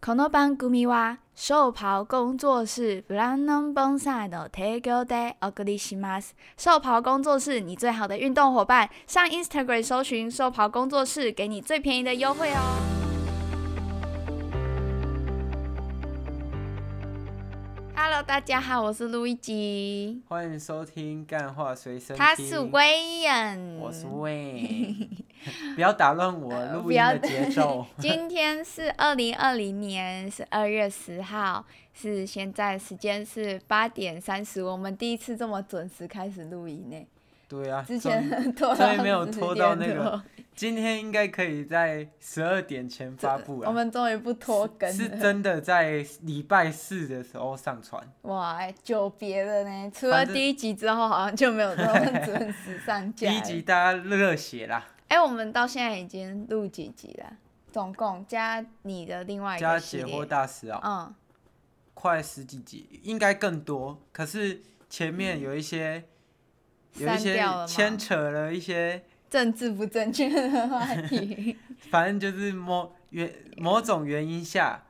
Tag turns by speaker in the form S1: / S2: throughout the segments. S1: この番組は寿袍工作室ブランドン盆栽の提供でお送りします。寿袍工作室，你最好的运动伙伴，上 Instagram 搜寻寿袍工作室，给你最便宜的优惠哦。Hello，大家好，我是路易吉，
S2: 欢迎收听《干话随身听
S1: 他是威恩，
S2: 我是 Wayne，不要打乱我录
S1: 呃不
S2: 音
S1: 要。
S2: 的节奏
S1: 今天是二零二零年十二月十号，是现在时间是八点三十。我们第一次这么准时开始录音呢，
S2: 对啊，
S1: 之前
S2: 终于
S1: 拖
S2: 终
S1: 到
S2: 于没有拖到那
S1: 10点多
S2: 个，今天应该可以在十二点前发布
S1: 我
S2: 了。
S1: 们终于不拖更
S2: 啊是
S1: 了。
S2: 真的在礼拜四的时候上传，
S1: 哇，久别了呢，除了
S2: 反正
S1: 第一集之后，好像就没有这么准时上
S2: 第
S1: 架了。
S2: 一集大家热血啦，
S1: 哎、我们到现在已经录几集了？总共加你的另外一
S2: 加
S1: 个系
S2: 解
S1: 列
S2: 惑，大师啊，
S1: 嗯，
S2: 快十几集，应该更多。可是前面有一些、有
S1: 嗯
S2: 一
S1: 删
S2: 些
S1: 掉了吗
S2: 牵扯了一些
S1: 政治不正确的话题。
S2: 反正就是某原某种原因下，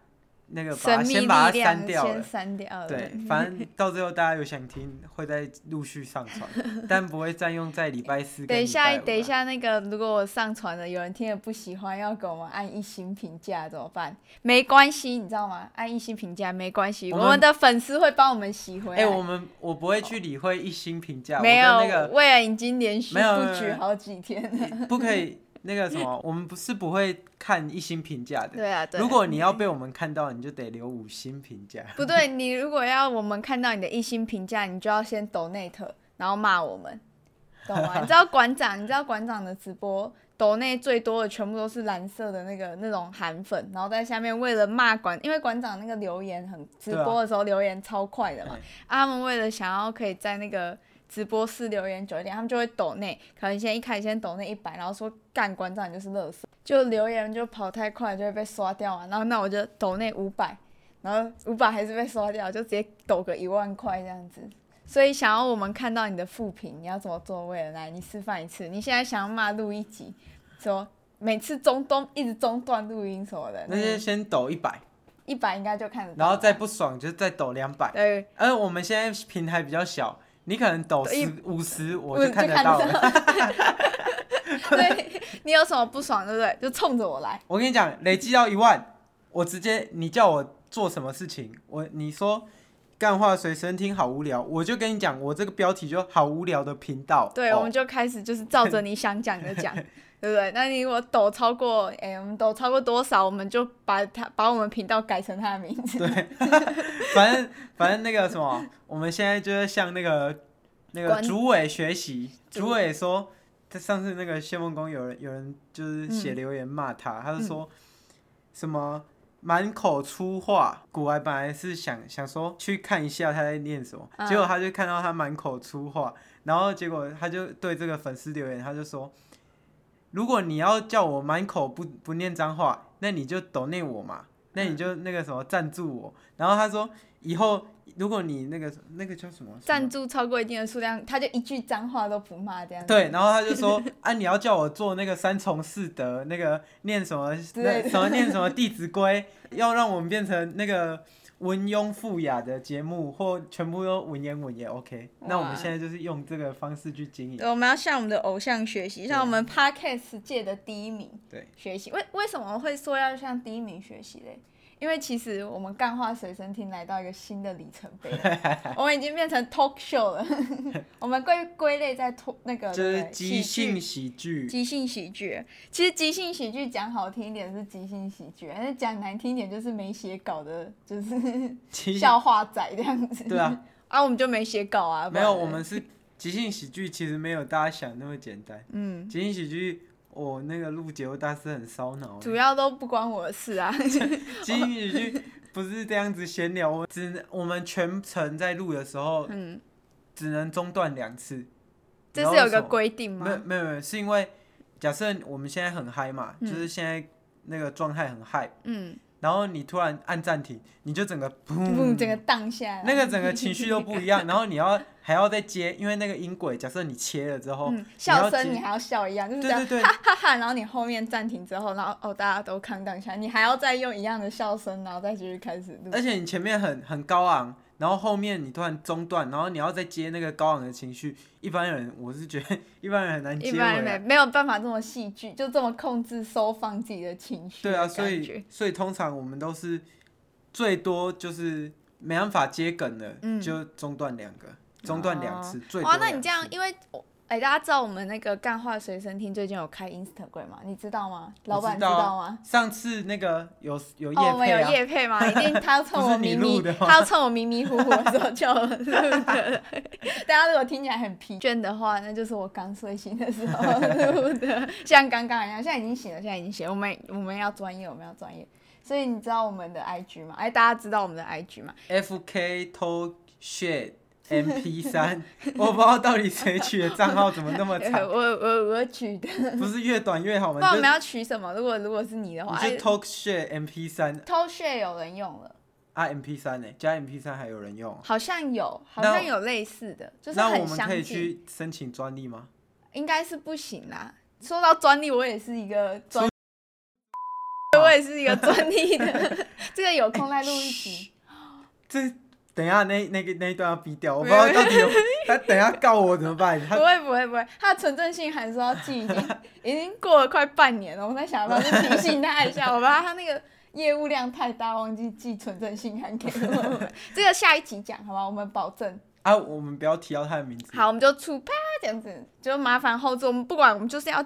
S2: 那个把
S1: 神
S2: 它
S1: 秘
S2: 先
S1: 力
S2: 把
S1: 量嗯
S2: 它删掉
S1: 先
S2: 了。
S1: 删掉了。
S2: 对，反正到最后大家有想听，会再陆续上传， 但不会占用在礼拜四跟
S1: 等一
S2: 礼
S1: 下，
S2: 拜五啊
S1: 等一，下，那个如果我上传了，有人听了不喜欢，要给我们按一星评价怎么办？没关系，你知道吗？按一星评价没关系，
S2: 我
S1: 我
S2: 们
S1: 们的粉丝会帮我们洗回
S2: 哎、
S1: 来。
S2: 我们我不会去理会一星评价，
S1: 没有，
S2: 我跟那个
S1: 魏然已经连续
S2: 没有没有
S1: 不
S2: 没
S1: 举
S2: 有
S1: 好几天了。
S2: 不可以那个什么，我们不是不会看一星评价的。
S1: 对啊，对啊。
S2: 如果你要被我们看到，你就得留五星评价。
S1: 不对，你如果要我们看到你的一星评价，你就要先 donate，然后骂我们，懂 吗？你知道馆长，你知道馆长的直播 donate 最多的全部都是蓝色的那个那种韩粉，然后在下面为了骂馆，因为馆长那个留言很直
S2: 对啊哎
S1: 播的时候留言超快的嘛，
S2: 对
S1: 啊他们为了想要可以在那个。直播室留言久一点，他们就会抖内，可能先一开始先抖内一百，然后说干馆长你就是乐色，就留言就跑太快就会被刷掉啊，然后那我就抖内五百，然后五百还是被刷掉，就直接抖个一万块这样子。所以想要我们看到你的负评，你要怎么做？为了来，你示范一次。你现在想要骂录一集，说每次中东一直中断录音什么的，
S2: 那些先抖一百，
S1: 一百应该就看得到
S2: 然
S1: 吧。
S2: 后再不爽就再抖两百。
S1: 对，
S2: 而呃我们现在平台比较小，你可能抖
S1: 对一
S2: 十五十，
S1: 我
S2: 我
S1: 就
S2: 就看得
S1: 看
S2: 到
S1: 得
S2: 了。
S1: 对你有什么不爽，对不对？就冲着我来。
S2: 我跟你讲，累积到一万，我直接你叫我做什么事情，我你说干话随身听好无聊，我就跟你讲，我这个标题就好无聊的频道。
S1: 对，
S2: 哦
S1: 我们就开始就是照着你想讲的 讲，对不对？那你如果抖超过，哎、我们抖超过多少，我们就把他把我们频道改成他的名字。
S2: 反正反正那个什么，我们现在就是向那个那个
S1: 管
S2: 主委学习。
S1: 主
S2: 主委说，他上次那个谢梦工有人有人就是写留言骂他，他就说什么满口粗话。古来本来是想想说去看一下他在念什么，
S1: 嗯
S2: 结果他就看到他满口粗话，然后结果他就对这个粉丝留言，他就说。如果你要叫我满口不不念脏话，那你就抖内我嘛，那
S1: 嗯
S2: 你就那个什么赞助我。然后他说以后如果你那个那个叫什么什么
S1: 赞助超过一定的数量，他就一句脏话都不骂这样子。
S2: 对，然后他就说啊，你要叫我做那个三从四德，那个念什么
S1: 之类
S2: 那
S1: 的
S2: 什么念什么《弟子规》，要让我们变成那个文庸富雅的节目，或全部都文言文也 OK。那我
S1: 哇
S2: 们现在就是用这个方式去经营。
S1: 对，我们要向我们的偶像学习，向我们 podcast 界的第一名
S2: 对
S1: 学习。为为什么会说要向第一名学习嘞？因为其实我们干话随身听来到一个新的里程碑了， 我们已经变成 talk show 了。我们归归类在 t 那个
S2: 就是
S1: 对不对
S2: 即
S1: 喜
S2: 兴
S1: 剧
S2: 喜剧，
S1: 即兴喜剧。其实即兴喜剧讲好听一点是即兴喜剧，但是讲难听一点就是没写稿的，就是
S2: 即
S1: 笑话仔这样子。
S2: 对啊，
S1: 啊，我们就没写稿 啊。不
S2: 没
S1: 然
S2: 有，
S1: 嘞
S2: 我们是即兴喜剧，其实没有大家想那么简单。
S1: 嗯。
S2: 即兴喜剧，我、那个录节目大师很烧脑欸。
S1: 主要都不关我的事啊。
S2: 即兴喜剧不是这样子闲聊，我只能我们全程在录的时候
S1: 嗯，
S2: 只能中断两次。
S1: 这
S2: 然
S1: 是
S2: 后
S1: 有
S2: 什
S1: 个
S2: 么
S1: 规定
S2: 没有
S1: 吗？
S2: 没有没有，是因为假设我们现在很嗨嘛，
S1: 嗯
S2: 就是现在那个状态很嗨，
S1: 嗯，
S2: 然后你突然按暂停，你就整个
S1: 不，
S2: 砰，
S1: 整个荡下来。
S2: 那个整个情绪都不一样，然后你要还要再接，因为那个音轨，假设你切了之后，
S1: 嗯， 笑
S2: 要
S1: 声
S2: 接
S1: 你还要笑一样，就是这
S2: 对
S1: 样
S2: 对对，
S1: 哈哈哈，然后你后面暂停之后，然后哦大家都康荡下来，你还要再用一样的笑声，然后再继续开始录。
S2: 而且你前面很很高昂，然后后面你突然中断，然后你要再接那个高昂的情绪，一般人我是觉得一般人很难
S1: 一
S2: 接回
S1: 般人没
S2: 来。
S1: 没有办法这么戏剧，就这么控制收放自己的情绪
S2: 对
S1: 的
S2: 啊，
S1: 感觉。
S2: 所以所以通常我们都是最多就是没办法接梗了，
S1: 嗯哦
S2: 就中断两个，中断两次，最多
S1: 哇，那你
S2: 两
S1: 这样
S2: 次，
S1: 因为我哎、大家知道我们那个干话随身听最近有开 Instagram 吗？你知道吗？
S2: 我
S1: 老板
S2: 知道啊
S1: 吗？
S2: 上次那个有有
S1: 哦，
S2: 叶
S1: 我们
S2: 配
S1: 有
S2: 啊，
S1: 叶配 吗？一定他要趁
S2: 不是
S1: 我
S2: 你
S1: 迷
S2: 录
S1: 迷
S2: 的吗，
S1: 他要趁我迷迷糊糊的时候 叫我录的。大家如果听起来很疲倦的话，那就是我刚睡醒的时候 录的，像刚刚一样。现在已经醒了，现在已经醒了。我们我们要专业，我们要专业。所以你知道我们的 IG 吗？哎，大家知道我们的 IG 吗？
S2: F K Talk Shit M P 三， 我不知道到底谁取的账号怎么那么 长，
S1: 我我我取的，
S2: 不是越短越好
S1: 不
S2: 吗？
S1: 知道我
S2: 你
S1: 们
S2: 就
S1: 要取什么。如果如果是你的话，
S2: 你
S1: 哎
S2: 就 Talk Shit M P 三
S1: 偷血有人用了，
S2: 啊，M P 三呢？加 M P 三还有人用哦，
S1: 好像有，好
S2: 那
S1: 像有类似的，就是
S2: 那我
S1: 很
S2: 们
S1: 相
S2: 可以
S1: 近，
S2: 去申请专利吗？
S1: 应该是不行啦。说到专利，我也是一个专，
S2: 啊
S1: 我也是一个专利的，这个有空再录一集。
S2: 这等一下那那个那一段要逼掉，我不
S1: 没
S2: 知道到底有他等一下告我怎么办？
S1: 不
S2: 他
S1: 会不会不会，它的纯正性函数要记，已经已经过了快半年了。我在想要不要去提醒他一下，我怕他那个业务量太大，忘记寄纯正性函给我们。这个下一集讲好吗？我们保证。
S2: 啊，我们不要提到他的名字。
S1: 好，我们就出啪这样子，就麻烦后置。我们不管，我们就是要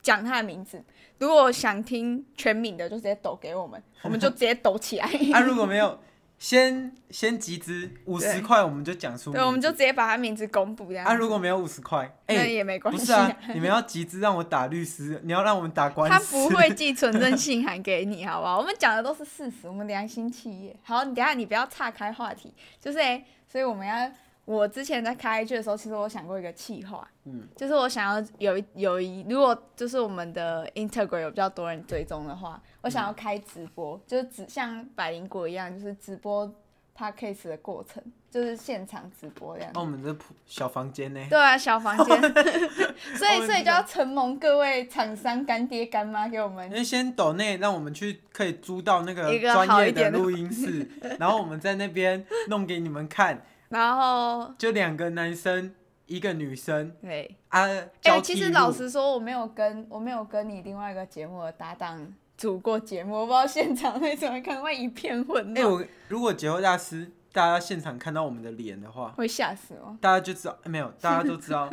S1: 讲他的名字。如果想听全名的，就直接抖给我们，我们就直接抖起来。
S2: 啊，如果没有，先先集资五十
S1: 对
S2: 块，我们就讲出名字。
S1: 对，我们就直接把他名字公布这样子。
S2: 啊，如果没有五十块，哎
S1: 那，也没关
S2: 不
S1: 系、
S2: 是啊，你们要集资让我打律师，你要让我们打官司。
S1: 他不会寄存证信函给你，好不好？我 们讲的都是事实，我们良心企业。好，你等一下你不要岔开话题，就是、欸、所以我们要，我之前在开 IG 的时候，其实我想过一个企划，
S2: 嗯
S1: 嗯，就是我想要有一有一，如果就是我们的 Instagram 有比较多人追踪的话，我想要开直播，就是只像百灵果一样，就是直播 podcast 的过程，就是现场直播这样子
S2: 哦那、我们这铺小房间呢？
S1: 对啊，小房间，所以
S2: 我
S1: 所以就要承蒙各位厂商干爹干妈给我们
S2: 因为先抖内，让我们去可以租到那个
S1: 一个
S2: 专
S1: 好
S2: 业
S1: 一
S2: 的
S1: 点的
S2: 录 音室，然后我们在那边弄给你们看，
S1: 然后，
S2: 就两个男生一个女生
S1: 对，
S2: 啊，
S1: 哎、
S2: 交替
S1: 其实
S2: 录
S1: 老实说，我没有跟我没有跟你另外一个节目的搭档组过节目，我不知道现场会怎么看，会一片混
S2: 哎、
S1: 乱，
S2: 我如果结婚大师大家现场看到我们的脸的话，
S1: 会吓死我。
S2: 大家就知道、哎没有，大家都 知道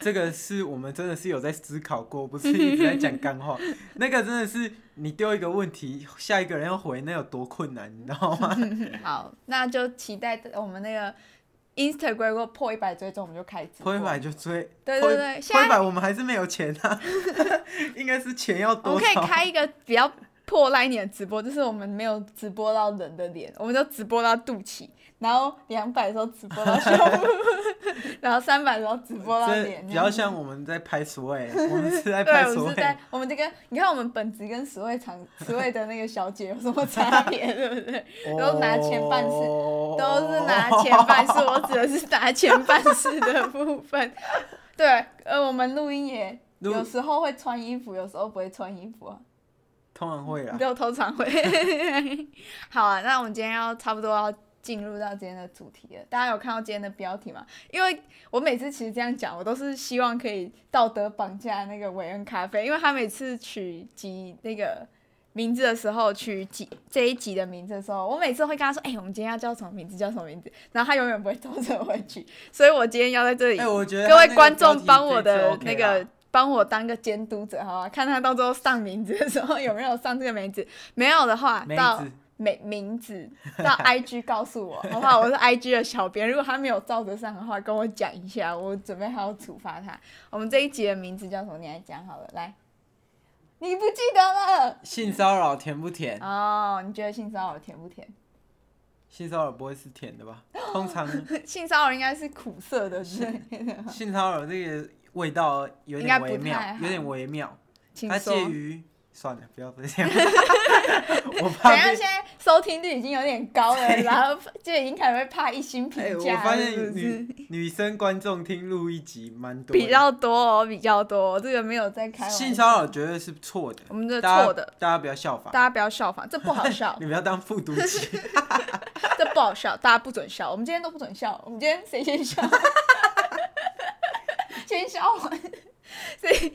S2: 这个是我们真的是有在思考过，不是一直在讲 干话。那个真的是你丢一个问题，下一个人要回，那有多困难，你知 道吗？
S1: 好，那就期待我们那个 Instagram 如果破一百追踪，我们就开直播。
S2: 破一百就追，
S1: 对
S2: 破一
S1: 对对现
S2: 破一
S1: 在
S2: 百我们还是没有钱 啊，应该是钱要
S1: 我
S2: 多
S1: 们可以
S2: 少？
S1: 开一个比较破烂一点的直播，就是我们没有直播到人的脸，我们就直播到肚脐，然后两百的时候直播到胸部， 然后三百的时候直播到
S2: 这
S1: 脸，
S2: 比较像我们在 拍 sway，我们 是在
S1: 对，
S2: 拍
S1: 我们是
S2: sway
S1: 在。我们这个，你看我们本职跟十位场十位的那个小姐有什么 差别，对不对？都拿钱办事
S2: 哦
S1: 都是拿钱办事，我指的是拿钱办事的部分。 对，呃，我们录音也
S2: 录
S1: 有时候会穿衣服，有时候不会穿衣服啊，
S2: 通常会啦。
S1: 就通常会。 好啊，那我们今天要差不多要进入到今天的主题了。大家有看到今天的标题吗？因为我每次其实这样讲，我都是希望可以道德绑架那个韦恩咖啡，因为他每次取集那个名字的时候，取集这一集的名字的时候，我每次会跟他说：“哎、我们今天要叫什么名字？叫什么名字？”然后他永远不会照着我去，所以我今天要在这里，
S2: 哎，我觉得
S1: 各
S2: 他
S1: 位
S2: 那个
S1: 观
S2: 标
S1: 众
S2: 题
S1: 帮我
S2: 这一次
S1: 的
S2: OK
S1: 那
S2: 啦
S1: 个。帮我当个监督者，好吧？看他到最后上名字的时候有没有上这个名字，没有的话，
S2: 梅
S1: 到
S2: 子
S1: 名名 字到 IG 告诉我，好不好？我是 IG 的小编，如果他没有照着上的话，跟我讲一下，我准备好处罚他。我们这一集的名字叫什么？你来讲好了，来。你不记得了？
S2: 性骚扰甜不甜？
S1: 哦，你觉得性骚扰甜不甜？
S2: 性骚扰不会是甜的吧？通常
S1: 性骚扰应该是苦涩的之类的。
S2: 性骚扰这个味道有
S1: 应该
S2: 点
S1: 不
S2: 微妙
S1: 太，好
S2: 有点微妙，
S1: 请
S2: 它
S1: 说
S2: 介于算了，不要这 样，我
S1: 怎
S2: 怕
S1: 样？
S2: 被
S1: 现在收听率已经有点高 了，然后就已经开始会怕一星
S2: 哎、
S1: 评
S2: 我
S1: 价
S2: 发
S1: 了，是
S2: 现
S1: 不是？
S2: 女女生观众听录一集蛮多的，
S1: 比较多哦，比较多哦，这个没有在开玩
S2: 性
S1: 笑，
S2: 骚扰绝对是错的，
S1: 我们这
S2: 大家
S1: 错的，
S2: 大家不要效仿
S1: 大，家不要效仿，这不好 笑，
S2: 你不要当复读 机。
S1: 这不好笑，大家不准笑，我们今天都不准笑，我们今天谁先笑？ 先笑完，谁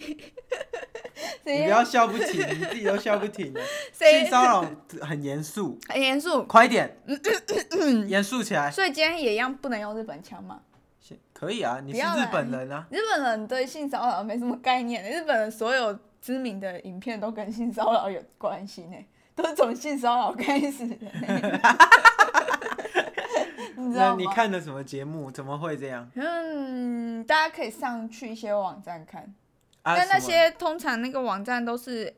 S1: 谁
S2: 你
S1: 先
S2: 不要笑不停，你自己都笑不停了。
S1: 谁嗯
S2: 性骚扰很严肃，
S1: 很严肃，
S2: 快点，严肃起来。
S1: 所以今天也一样不能用日本腔嘛。
S2: 行可以啊，你是
S1: 不要啦
S2: 日本人啊，
S1: 日本人对性骚扰没什么概念，欸日本人所有知名的影片都跟性骚扰有关系呢，都是从性骚扰开始的呢。 你知
S2: 那
S1: 道
S2: 你
S1: 吗？
S2: 看的什么节目？怎么会这样
S1: 嗯，大家可以上去一些网站看，
S2: 啊？
S1: 但那
S2: 什么
S1: 些通常那个网站都是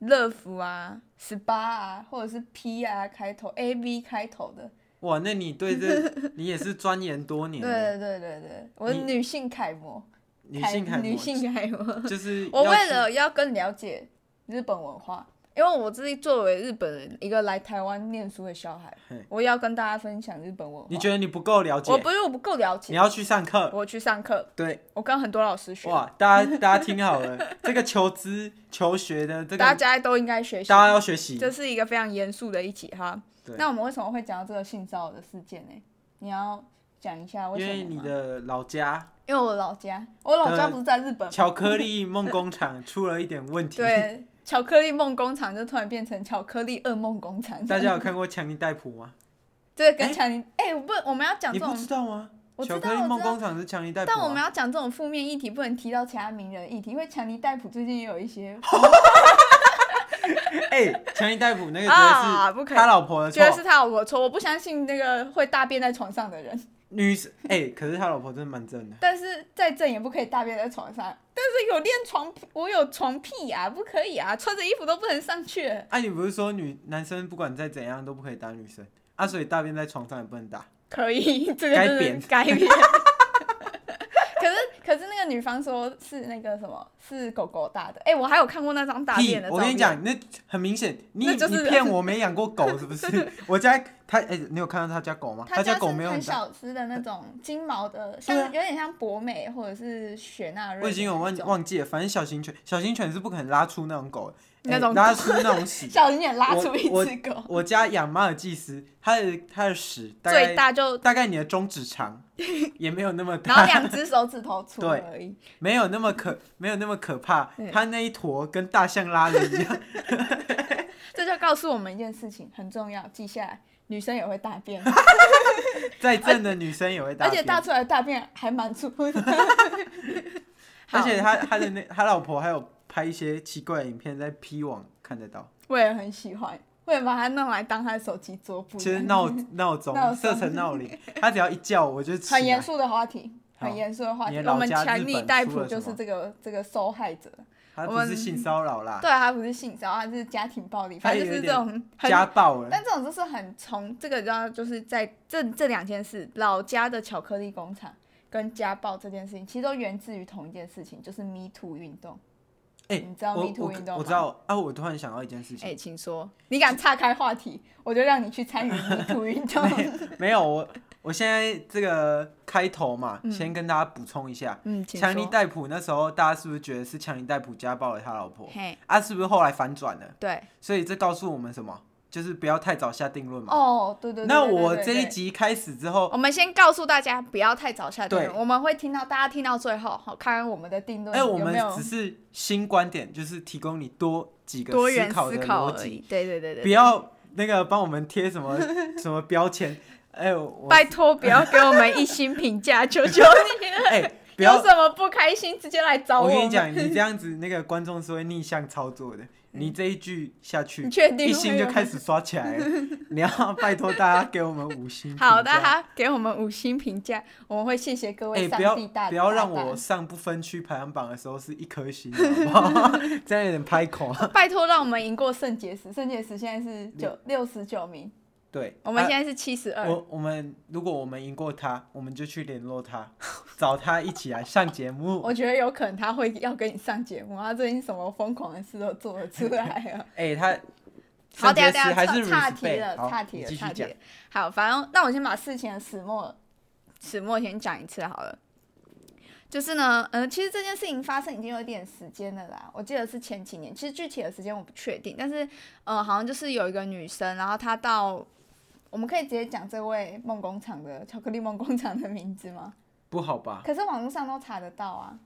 S1: 乐福啊、十八啊，或者是 P 啊开头、A V 开头的。
S2: 哇，那你 对这你也是钻研多年
S1: 对对
S2: 的，
S1: 对对对，我是
S2: 嗯你
S1: 女性楷模，
S2: 女
S1: 楷
S2: 性楷模，
S1: 女性楷模。
S2: 就是
S1: 我
S2: 要
S1: 为
S2: 去
S1: 了要更了解日本文化，因为我自己作为日本人一个来台湾念书的小孩
S2: 嘿，
S1: 我要跟大家分享日本文化。
S2: 你觉得你不够了解
S1: 我，不是我不够了
S2: 你
S1: 解，
S2: 要去上课。
S1: 我去上课，
S2: 对，
S1: 我跟很多老师学，
S2: 哇，大家大家听好了， 这个求知求学的这个
S1: 大家都应该学习。
S2: 大家要学习，
S1: 这是一个非常严肃的一集哈
S2: 对。
S1: 那我们为什么会讲到这个性骚扰的事件呢？你要讲一下为
S2: 因
S1: 什么吗？
S2: 为你的呃老家
S1: 因为我老家，我老家
S2: 对
S1: 不是在日本吗，
S2: 巧克力梦工厂出了一点问题。
S1: 对，巧克力梦工厂就突然变成巧克力噩梦工厂。
S2: 大家有看过《强尼戴普》吗？
S1: 这个跟强尼，哎、我不，我们要讲
S2: 你
S1: 这
S2: 不
S1: 种
S2: 知道吗？
S1: 我知道
S2: 巧克力梦工厂是强尼戴普、啊。
S1: 但我们要讲这种负面议题，不能提到其他名人的议题，因为强尼戴普最近也有一些，
S2: 哎，强尼戴普那个绝
S1: 啊
S2: 对
S1: 不
S2: 是
S1: 可以
S2: 他老婆的
S1: 觉得是
S2: 错，
S1: 他有我错，我不相信那个会大便在床上的人，
S2: 女生哎，可是他老婆真的蛮正的。
S1: 但是再正也不可以大便在床上，但是有练床，我有床屁啊，不可以啊，穿着衣服都不能上去，
S2: 哎，你不是说女男生不管再怎样都不可以打女生啊？所以大便在床上也不能打。
S1: 可以，这个就是改变。 可是可是那个女方说是那个什么，是狗狗大的，哎、我还有看过那张大
S2: 屁
S1: 便的照
S2: 我
S1: 片，
S2: 跟你讲，那很明显，你
S1: 那就是
S2: 你骗我没养 过狗是不是？我家他哎，你有看到他家狗吗？
S1: 他
S2: 家
S1: 家
S2: 狗
S1: 是
S2: 没有
S1: 很
S2: 很大。
S1: 小只的那 种金毛的，
S2: 对
S1: 像
S2: 啊
S1: 有点像博美或者是雪纳瑞的那种。
S2: 我已经有忘忘记了，反正小型犬，小型犬是不可能拉出那种狗的，
S1: 那
S2: 哎
S1: 种。
S2: 拉出那种屎
S1: 小心点拉
S2: 我
S1: 出一
S2: 我
S1: 只狗，
S2: 我家养马尔济斯，它的它的屎大概
S1: 最大 就
S2: 大概你的中 指长，也没有那么
S1: 然后
S2: 大，
S1: 两只手指头粗
S2: 对
S1: 而已。
S2: 没有那么可没有那么可怕
S1: 对。
S2: 它那一坨跟大象拉的一 样，
S1: 这就告诉我们一件事情很重要，记下来。女生也会大 便，
S2: 再正的女生也会大
S1: 而
S2: 便
S1: 且大出来的大便还蛮粗 的。
S2: 而且
S1: 好
S2: 他他的那他老婆还有拍一些奇怪的影片在 P 网看得到，
S1: 我也很喜欢，我也把它弄来当他的手机桌布。
S2: 其实 闹闹钟
S1: 闹钟
S2: 设成闹铃，他只要一叫我就起
S1: 很严
S2: 来。
S1: 肃的话题，
S2: 啊好
S1: 很严肃的话题。
S2: 你的
S1: 我
S2: 老
S1: 们
S2: 家
S1: 强
S2: 日
S1: 尼
S2: 本
S1: 戴
S2: 出
S1: 普
S2: 了
S1: 就
S2: 什
S1: 是
S2: 么
S1: 这个这个受害者。
S2: 他
S1: 我
S2: 不
S1: 们
S2: 是性骚扰啦，
S1: 对啊，他不是性骚扰，他是家庭暴力，
S2: 他
S1: 反正
S2: 也
S1: 就是
S2: 有
S1: 这
S2: 点
S1: 种很。
S2: 家暴了。
S1: 但这种就是很从这个，然后就是在这这两件事，老家的巧克力工厂跟家暴这件事情，其实都源自于同一件事情，就是 Me Too 运动。
S2: 哎
S1: 你知道
S2: 我
S1: Me Too
S2: 我
S1: 运动吗？
S2: 我知。道啊，我突然想到一件事
S1: 哎、
S2: 情，
S1: 请说， 你敢岔开话题，我就让你去参与 Me Too 运动。
S2: 没有我我现在这个开头嘛，先跟大家补充一下，
S1: 嗯，请
S2: 强尼
S1: 说。
S2: 戴普那时候大家是不是觉得是强尼戴普家暴了他老婆？
S1: 嘿，
S2: 啊，是不是后来反转了？
S1: 对，
S2: 所以这告诉我们什么？就是不要太早下定论嘛。
S1: 哦，对对对
S2: 那
S1: 对对
S2: 我
S1: 对
S2: 这一
S1: 对
S2: 集开始之后，
S1: 我们先告诉大家不要太早下定论，
S2: 对
S1: 我们会听到大家听到最后，好看看我们的定论
S2: 哎，我
S1: 嗯有
S2: 们
S1: 没有
S2: 只是新观点，就是提供你多几个
S1: 多
S2: 思
S1: 元
S2: 考
S1: 思
S2: 的
S1: 考
S2: 逻
S1: 而已
S2: 辑，。
S1: 对对对对
S2: 不要那个帮我们贴什 么什么标签。哎，我
S1: 拜托不要给我们一星评价，求求你了。
S2: 哎，不
S1: 有
S2: 要
S1: 什么不开心直接来找
S2: 我
S1: 们嗯
S2: 跟你讲，你这样子那个观众是会逆向操作的。你这一句下去
S1: 你，确定
S2: 一
S1: 会
S2: 星
S1: 有
S2: 就开始刷 起来了。你要拜托大家给我们五星。
S1: 好的，。好，给我们五星评价，我们会谢谢各
S2: 哎、
S1: 位上
S2: 不要
S1: 帝大
S2: 不要让
S1: 大大
S2: 我上不分区排行榜的时候是一颗星，好不好？ 这 样有点拍口。
S1: 拜托让我们赢过圣洁石，圣洁石现在是九六十九名，
S2: 对，
S1: 我们
S2: 啊
S1: 现在是七十二，
S2: 我我们如果我们赢过他，我们就去联络他， 找他一起来上节目。
S1: 我觉得有可能他会要跟你上节目，他最近什么疯狂的事都做得出来了。
S2: 哎、他
S1: 好，
S2: 上
S1: 等一
S2: 节
S1: 下等一
S2: 时还
S1: 下，
S2: 是
S1: 岔岔题
S2: respect
S1: 了，
S2: 好
S1: 岔题
S2: 你
S1: 了，
S2: 继
S1: 岔
S2: 续
S1: 题
S2: 讲
S1: 了。。好，反正那我先把事情的始末始末先讲一次好了。就是呢，呃，其实这件事情发生已经有一点时间了啦，我记得是前几年，其实具体的时间我不确定，但是，呃，好像就是有一个女生，然后她到，我们可以直接讲这位梦工厂的巧克力梦工厂的名字 吗？
S2: 不好吧？
S1: 可是网络上都查得到啊，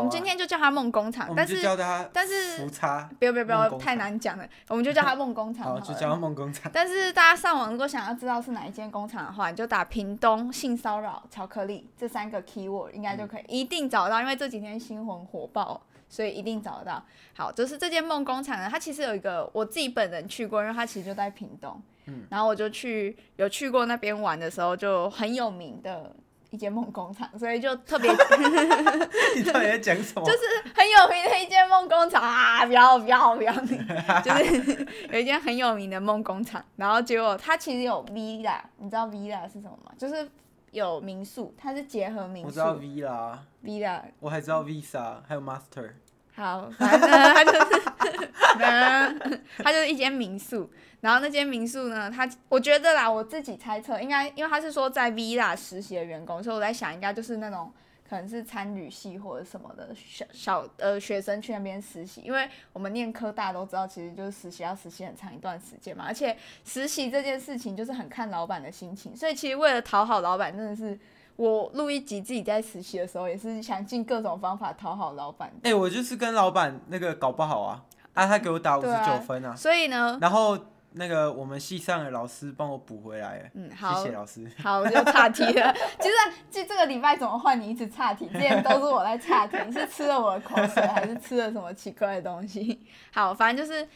S1: 我
S2: 啊
S1: 们今天就叫她梦工厂
S2: 我，们
S1: 但
S2: 就是叫他
S1: 但是
S2: 福差，
S1: 不要不要不
S2: 梦
S1: 要
S2: 工厂
S1: 太难讲了，我们就叫她梦工厂
S2: 好，
S1: 了
S2: 就叫他梦工厂。
S1: 但是大家上网如果想要知道是哪一间工厂的话，你就打屏东性骚扰巧克力这三个 keyword 应该就可以，
S2: 嗯
S1: 一定找到，因为这几天新闻火爆，所以一定找得到。好，就是这间梦工厂呢，它其实有一个我自己本人去过，因为它其实就在屏东，
S2: 嗯
S1: 然后我就去有去过那边玩的时候，就很有名的一间梦工厂，所以就特别
S2: 你到底在讲什么？就是
S1: 很有名的一间梦工厂啊！不要不要不要，就是 有一间很有名的梦工厂，然后结果它其实有 villa，你知道 villa 是什么吗？就是有民宿，它是结合民
S2: 我知
S1: 宿
S2: 道 V 啦，
S1: villa。
S2: 我还知道 Visa，还有 Master。
S1: 好，反正呢它就是，反正它就是一间民宿。然后那间民宿呢，它我觉得啦，我自己猜测应该，因为他是说在 villa 实习的员工，所以我在想应该就是那种可能是参旅系或者什么的小小呃学生去那边实习，因为我们念科大都知道，其实就是实习要实习很长一段时间嘛，而且实习这件事情就是很看老板的心情，所以其实为了讨好老板，真的是我录一集自己在实习的时候，也是想尽各种方法讨好老板。
S2: 哎、我就是跟老板那个搞不好啊，啊，他给我打五
S1: 对
S2: 十
S1: 啊
S2: 九分啊，
S1: 所以呢，
S2: 然后那个我们系上的老师帮我补回来了，
S1: 嗯，好
S2: 谢谢老师。
S1: 好，我就岔题了。 其实这这个礼拜怎么换你一直岔题？之前都是我在岔题，你是吃了我的口水，还是吃了什么奇怪的东西？ 好，反正就是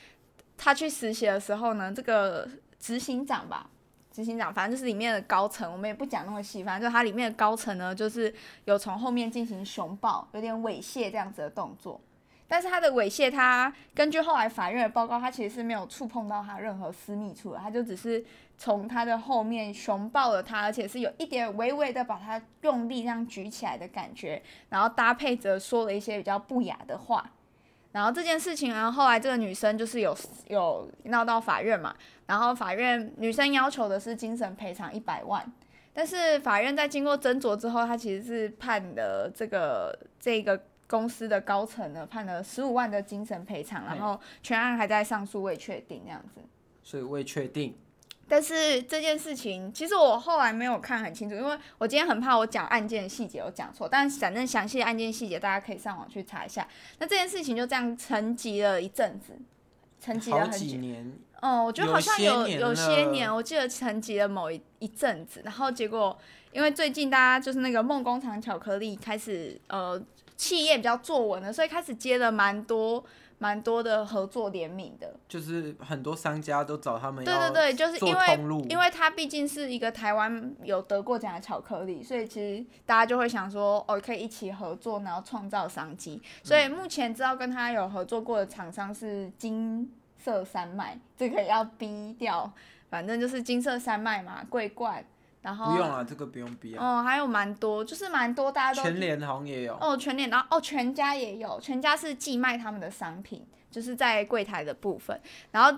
S1: 他去实习的时候呢，这个执行长吧。执行长，反正就是里面的高层，我们也不讲那么细，反正就它里面的高层呢，就是有从后面进行熊抱，有点猥亵这样子的动作。但是他的猥亵，他根据后来法院的报告，他其实是没有触碰到他任何私密处的，他就只是从他的后面熊抱了他，而且是有一点微微的把他用力这样举起来的感觉，然后搭配着说了一些比较不雅的话。然后这件事情，然啊后后来这个女生就是有有闹到法院嘛，然后法院女生要求的是精神赔偿一百万，但是法院在经过斟酌之后，他其实是判了这个这个公司的高层呢判了十五万的精神赔偿，然后全案还在上诉未确定这样子。
S2: 所以未确定，
S1: 但是这件事情，其实我后来没有看很清楚，因为我今天很怕我讲案件细节有讲错，但反正详细的案件细节大家可以上网去查一下。那这件事情就这样沉寂了一阵子，沉寂了
S2: 好
S1: 很
S2: 几
S1: 久。
S2: 年，
S1: 嗯，我觉得好像
S2: 有
S1: 有有
S2: 些年
S1: 些
S2: 了
S1: 年，我记得沉寂了某一一阵子，然后结果因为最近大家就是那个梦工厂巧克力开始呃企业比较坐稳了，所以开始接了蛮多蛮多的合作联名的。
S2: 就是很多商家都找他们
S1: 对对
S2: 要
S1: 对，就是
S2: 做
S1: 因为
S2: 通路，
S1: 因为它毕竟是一个台湾有得过奖的巧克力，所以其实大家就会想说，哦，可以一起合作，然后创造商机。所以
S2: 嗯
S1: 目前知道跟他有合作过的厂商是金色山脉，这个要逼掉，反正就是金色山脉嘛，桂冠，然后
S2: 不用啊，这个不用逼啊。
S1: 哦，还有蛮多，就是蛮多大家都
S2: 全联好像也有，
S1: 哦，全联，然后哦，全家也有，全家是寄卖他们的商品，就是在柜台的部分。然后